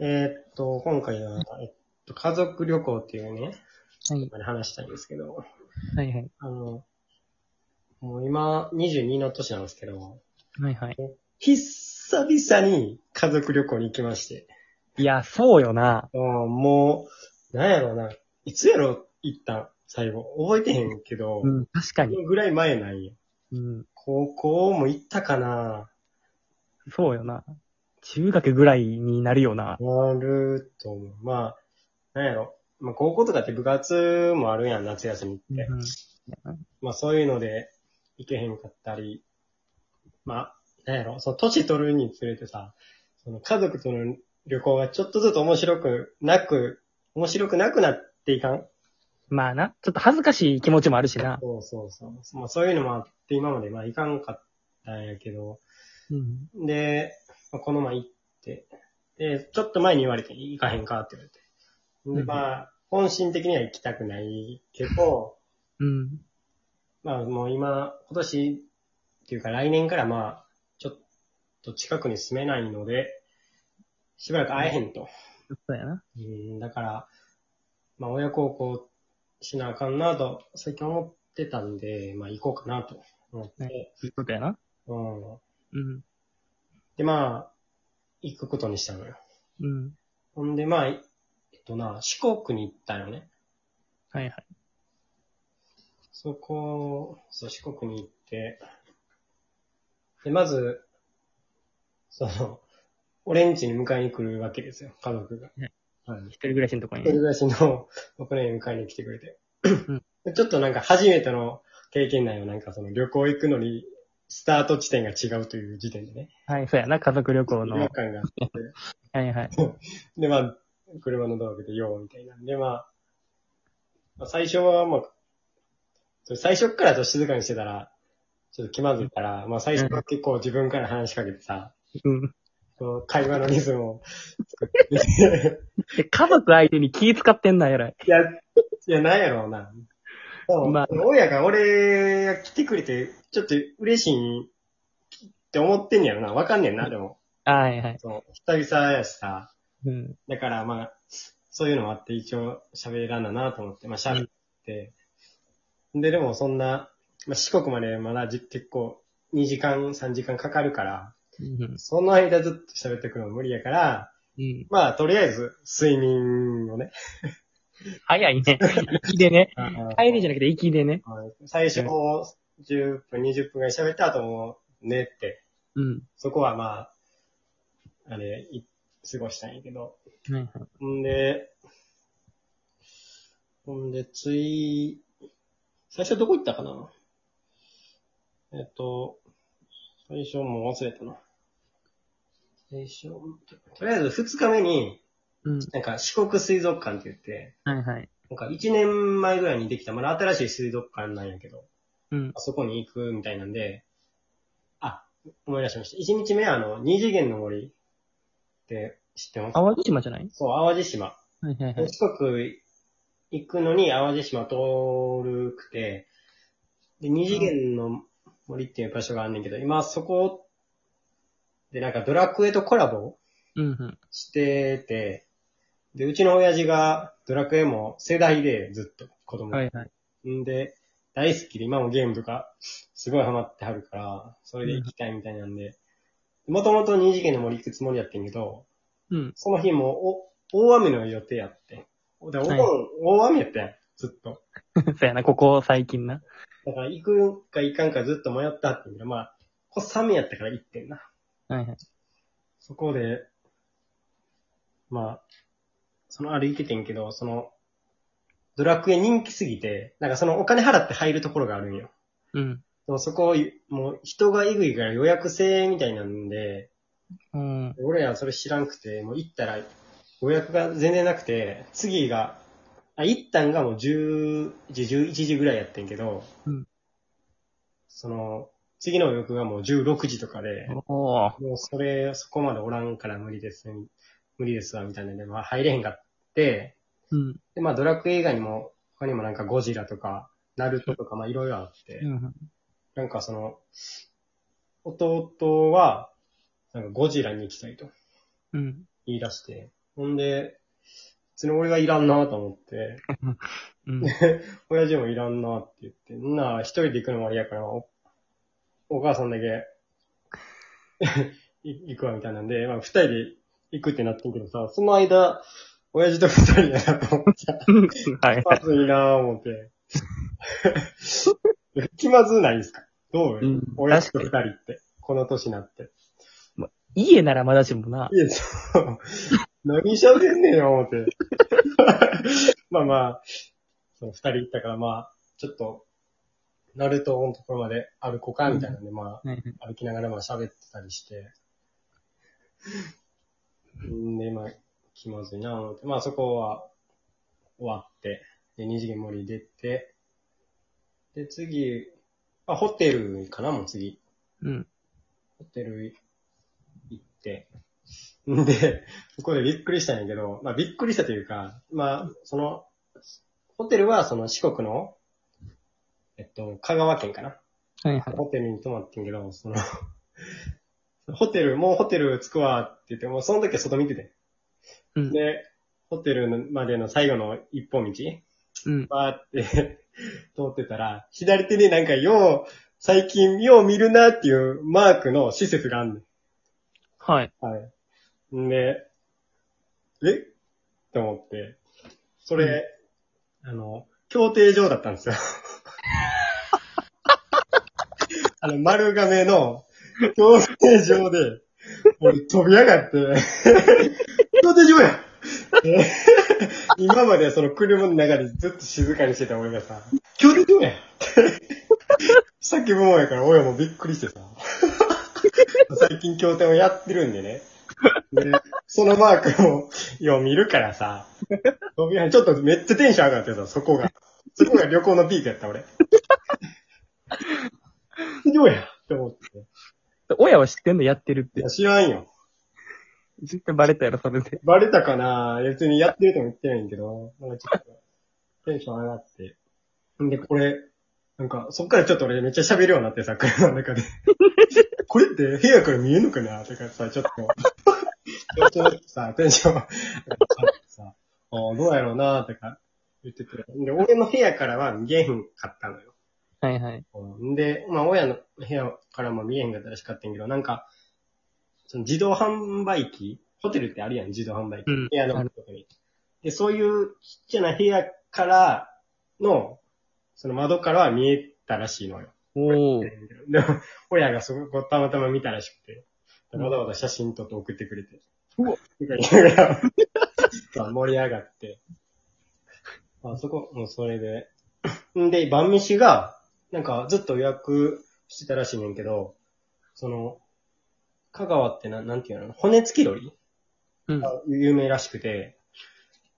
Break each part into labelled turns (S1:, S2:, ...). S1: えーっと、今回は、えっと、家族旅行っていうね、
S2: はい。
S1: まで話したいんですけど、
S2: はいはい。
S1: あの、もう今、22の年なんですけど、
S2: はいはい。
S1: 久々に家族旅行に行きまして、
S2: いや、そうよな。
S1: あーもう、なんやろうな、いつやろ、行った、最後。覚えてへんけど、
S2: うん、確か
S1: そ
S2: に。
S1: のぐらい前なんや。
S2: うん、
S1: 高校も行ったかな
S2: そうよな。中学ぐらいになるよな。
S1: なると思う。まあ、なんやろ。まあ、高校とかって部活もあるやん、夏休みって。
S2: うん
S1: まあそういうので行けへんかったり、まあ、なんやろ、その年取るにつれてさ、その家族との旅行がちょっとずつ面白くなく、面白くなくなっていかん
S2: まあな、ちょっと恥ずかしい気持ちもあるしな。
S1: そうそうそう。まあそういうのもあって今までまあいかんかったんやけど、
S2: うん。
S1: で、まあ、この前行って、で、ちょっと前に言われて行かへんかって言われて。で、まあ、本心的には行きたくないけど、
S2: うん。
S1: まあもう今、今年っていうか来年からまあ、ちょっと近くに住めないので、しばらく会えへんと。
S2: そうやな。
S1: うん、だから、まあ親孝行しなあかんなと、最近思ってたんで、まあ行こうかなと思って、
S2: そういうことやな。
S1: うん。
S2: うん。
S1: でまあ、行くことにしたのよ。
S2: うん。
S1: ほんでまあ、えっとな、四国に行ったよね。
S2: はいはい。
S1: そこ、そう、四国に行って、で、まず、その、俺ん家に迎えに来るわけですよ、家族が
S2: ね。
S1: はい。
S2: 一人暮らしのとこ
S1: 一
S2: に
S1: 人。暮らしの僕らに迎えに来てくれて。
S2: ん
S1: でちょっとなんか初めての経験なんよ、なんかその旅行行くのに、スタート地点が違うという時点でね。
S2: はい、そうやな。家族旅行
S1: 違
S2: の。
S1: 和
S2: は
S1: 感があって。
S2: いはい。
S1: で、まあ、車の道具でよう、みたいなんで、まあ、まあ、最初はまあ、それ最初っからちょっと静かにしてたら、ちょっと気まずいから、まあ最初は結構自分から話しかけてさ、
S2: うん。
S1: こう会話のリズムを作って。
S2: で家族相手に気使ってんな、偉い。
S1: いや、いや、なんやろうな。でも、
S2: まあ
S1: 親が俺が来てくれて、ちょっと嬉しいって思ってんやろな。わかんねんな、でも。
S2: はいはい。
S1: そう久々やしさ。
S2: うん。
S1: だからまあ、そういうのもあって一応喋らななと思って、まあ喋って、で、でもそんな、まあ、四国までまだじ結構2時間、3時間かかるから、
S2: うん。
S1: その間ずっと喋ってくるの無理やから、
S2: うん。
S1: まあとりあえず睡眠をね。
S2: 早い ね。行きでね。帰
S1: じ
S2: りじゃなくて行きでね。
S1: ゃ最初もう10分、20分ぐらい喋った後もう寝て、
S2: うん。
S1: そこはまあ、あれ、い過ごしたんやけど、
S2: はいはい。
S1: ほんで、ほんで、つい、最初どこ行ったかなえっと、最初もう忘れたな。最初、とりあえず2日目に、
S2: うん。
S1: なんか四国水族館って言って、
S2: はいはい。
S1: なんか1年前ぐらいにできた、まだ新しい水族館なんやけど、
S2: うん。
S1: あそこに行くみたいなんで、あ、思い出しました。1日目はあの、二次元の森って知ってます
S2: 淡路島じゃない
S1: そう、淡路島。
S2: はいはいはい。
S1: 四国行くのに淡路島通るくて、で、二次元の森っていう場所があんねんけど、今そこでなんかドラクエとコラボ
S2: うんうん。
S1: してて、で、うちの親父がドラクエも世代でずっと子供。
S2: はいはい。
S1: んで、大好きで今もゲームとかすごいハマってはるから、それで行きたいみたいなんで、もともと二次元の森行くつもりやってんけど、
S2: うん。
S1: その日もお大雨の予定やって。でお盆、
S2: はい
S1: 大雨やったやん、ずっと。
S2: そうやな、ここ最近な。
S1: だから行くか行かんかずっと迷ったっていうけど、まあ、小雨やったから行ってんな。
S2: はいはい。
S1: そこで、まあ、そのあれ行けてんけど、その、ドラクエ人気すぎて、なんかそのお金払って入るところがあるんよ。
S2: うん。
S1: でもそこ、もう人がいぐいから予約制みたいなんで、
S2: うん。
S1: 俺らそれ知らんくて、もう行ったら予約が全然なくて、次が、あ、行ったんがもう10時、11時ぐらいやってんけど、
S2: うん
S1: その、次の予約がもう16時とかで、
S2: おー。
S1: もうそれ、そこまでおらんから無理です、無理ですわ、みたいなんで、まあ入れへんかって、
S2: うん。
S1: で、まあドラクエ以外にも、他にもなんかゴジラとか、ナルトとか、まあいろいろあって、
S2: うん。
S1: なんかその、弟は、なんかゴジラに行きたいと。
S2: うん。
S1: 言い出して、ほんで、別に俺がいらんなと思って、
S2: うん。
S1: 親父もいらんなって言って、んなら一人で行くのもありやから、おお母さんだけ い行くわみたいなんで、まあ二人で行くってなってんけどさ、その間、親父と二人やなと思っちゃう。
S2: はい。
S1: まずいなぁ思って。 気まずないですかどう、
S2: うん
S1: 親父と二人って、この年になって。
S2: 家ならまだしもな。
S1: いや、そう。何喋んねえよ、思って。 まあまあ、その二人行ったから、まあ、ちょっと、ナルトのところまで歩こうか、みたいなんで、ま
S2: はい
S1: あ、歩きながらまあ喋ってたりして。んで、まあ、気まずいな、思って。まあそこは、終わって、で、二次元森出て、で、次、あ、ホテルかな、もう次。
S2: うん。
S1: ホテル行って、んで、そこでびっくりしたんやけど、まあびっくりしたというか、まあ、その、ホテルはその四国の、えっと、香川県かな。
S2: はいはい。
S1: ホテルに泊まってんけど、その、ホテル、もうホテル着くわって言って、もうその時は外見てて。
S2: うん。
S1: で、ホテルのまでの最後の一本道
S2: うん。
S1: バーって通ってたら、左手でなんかよう、最近よう見るなっていうマークの施設があんねん。
S2: はい。
S1: はい。んで、えって思って、それ、あの、協定上だったん ですよ。あの、丸亀の協定上で、俺飛び上がって、協定上やえ今までその車の中でずっと静かにしてた俺がさ、協定上やさっきもんやから親もびっくりしてさ。最近経典をやってるんでね。で、そのマークをよう見るからさ、飛び跳ねちょっとめっちゃテンション上がってさ、そこが。そこが旅行のピークやった、俺。 どうやって思って。
S2: 親は知ってんのやってるっ
S1: い
S2: て
S1: や、。知らんよ。
S2: 絶対バレたやろ、それで。
S1: バレたかな別にやってるとも言ってないんやけど、なんかちょっと、テンション上がって。んで、これ、なんか、そっからちょっと俺めっちゃ喋るようになってさ、車の中で。 これって部屋から見えるのかなとかさ、ちょっと、ちょっとさ、テンション上がってさ、あーどうやろうなとか言ってて。で、俺の部屋からは見えへんかったのよ。
S2: はいはい。
S1: うんで、まあ、親の部屋からも見えへんかったらしかったんやけど、なんか、その自動販売機、ホテルってあるやん、自動販売機。
S2: うん
S1: 部屋
S2: あ
S1: の
S2: る
S1: とこに。で、そういうちっちゃな部屋からの、その窓からは見えたらしいのよ。
S2: おお。
S1: で、親がそこたまたま見たらしくて、
S2: うん
S1: わざわざ写真撮って送ってくれて。
S2: うわ
S1: だから盛り上がって。あそこ、もうそれで。んで、晩飯が、なんかずっと予約してたらしいねんけど、その、香川ってな、なんていうの骨付き鳥
S2: うん。
S1: が有名らしくて、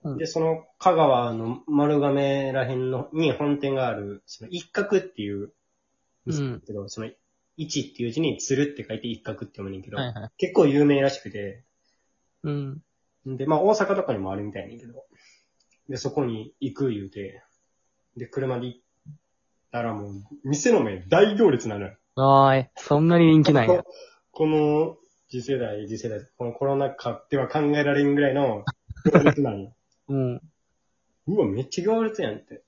S2: うん
S1: で、その香川の丸亀らへんの、に本店がある、その一角っていう店なんだけど、その、一っていう字につるって書いて一角って読むねんけど、
S2: はいはい。
S1: 結構有名らしくて、
S2: うん。
S1: で、まあ大阪とかにもあるみたいねんけど、で、そこに行く言うて、で、車で行ったらもう、店の前大行列なのよ。
S2: わーい。そんなに人気ないや
S1: こ。この次世代、次世代、このコロナ禍では考えられんぐらいの行列なんよ。
S2: うん。
S1: うわ、めっちゃ行列やんって。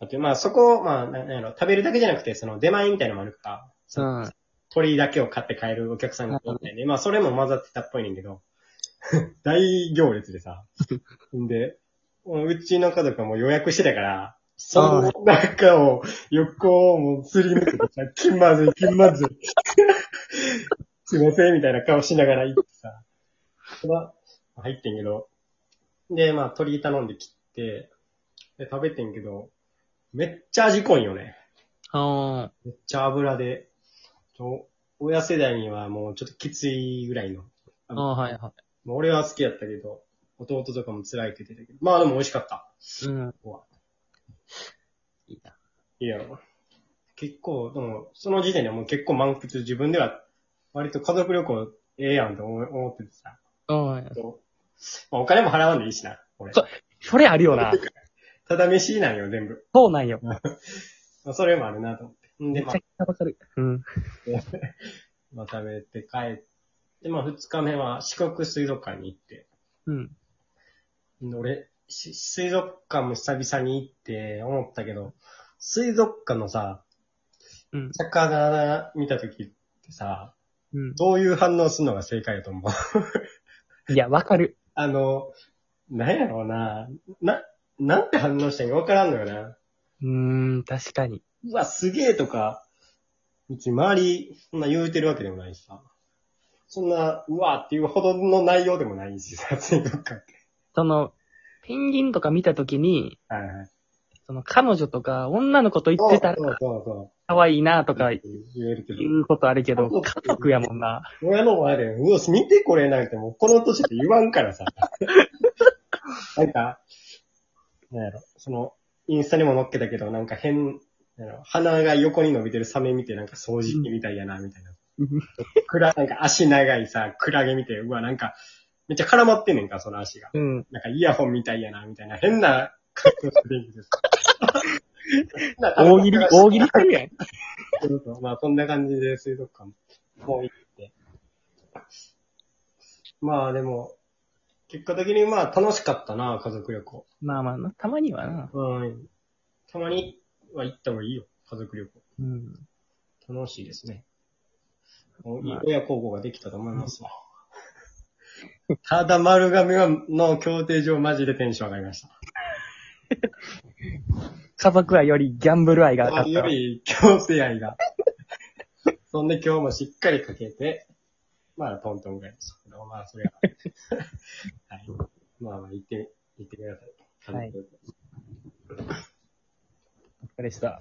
S1: だって、まあそこ、まあ、ななんやろ、食べるだけじゃなくて、その出前みたいなのもあるから、
S2: う
S1: その
S2: ん。
S1: 鳥だけを買って帰るお客さんが多いんで、まあそれも混ざってたっぽいねんけど、 大行列でさ。んで、もううちの家族はもう予約してたから、その中を、横をもうすり抜けてさ、気まずい、気まずい。 すいません、みたいな顔しながら行ってさ。まあ入ってんけど。で、まあ鳥頼んで切って、で食べてんけど、めっちゃ味濃いよね。
S2: あ
S1: めっちゃ油で、と親世代にはもうちょっときついぐらいの。
S2: あ。ああー、はいは
S1: まあ俺は好きやったけど、弟とかも辛いって言ってたけど。まあでも美味しかった。
S2: い。うん。
S1: 怖
S2: いいな。
S1: いいやろ。結構、でも、その時点でもう結構満喫自分では、割と家族旅行ええやんと思思っててさ。
S2: ああ。
S1: とまあ、お金も払わんでいいしな、俺。
S2: そうそれあるよ な。
S1: ただ飯なんよ、全部。
S2: そうなんよ。め
S1: まあ、それもあるなと思って。んで、
S2: ちゃ
S1: まあ
S2: くちゃわかる。うん。
S1: まあ、食べて帰って、まあ、二日目は四国水族館に行って。
S2: うん。
S1: 俺、し水族館も久々に行って思ったけど、水族館のさ、
S2: うん。
S1: 魚見た時ってさ、
S2: う
S1: どういう反応するのが正解やと思う
S2: ん。いや、わかる。
S1: あの、なんやろうな、な、なんて反応してんかわからんのよな。
S2: うーん、確かに。
S1: うわ、すげえとか、別に周り、そんな言うてるわけでもないしさ。そんな、うわーっていうほどの内容でもないしさ、水族館って。
S2: その、ペンギンとか見たときに、
S1: はいはい。
S2: その彼女とか女の子と言ってた
S1: そう
S2: ら
S1: そうそ
S2: 可愛いなと
S1: う。
S2: か
S1: 言えるけど。
S2: 言うことあるけど、
S1: そう
S2: 家族やもんな。
S1: 親の前で、うわ、見てこれなんてもうこの年で言わんからさ。なんか、なんやろ、その、インスタにも載っけたけど、なんか変、なんやろ、鼻が横に伸びてるサメ見て、なんか掃除機みたいやな、みたいな
S2: うん。
S1: くら、なんか足長いさ、クラゲ見て、うわ、なんか、めっちゃ絡まってんねんか、その足が。
S2: うん。
S1: なんかイヤホンみたいやな、みたいな。変な格好してるんです。
S2: 大喜利、大喜利してる やん。
S1: そうそうまあ、こんな感じで水族館もう行って。まあ、でも、結果的にまあ、楽しかったな、家族旅行。
S2: まあまあな、たまにはな。
S1: うん。たまには行った方がいいよ、家族旅
S2: うん。
S1: 行。楽しいですね。もういい
S2: まあ
S1: 親孝行ができたと思いますわ。ただ丸亀は、の協定上マジでテンション上がりました。
S2: 家族はよりギャンブル愛が上が
S1: あ
S2: っ
S1: よ
S2: た。
S1: り強制愛が。 そんで今日もしっかりかけて、まあトントンぐらいですけど、まあそれ は。はい。まあまあ行って、行ってください。
S2: はいお疲れした。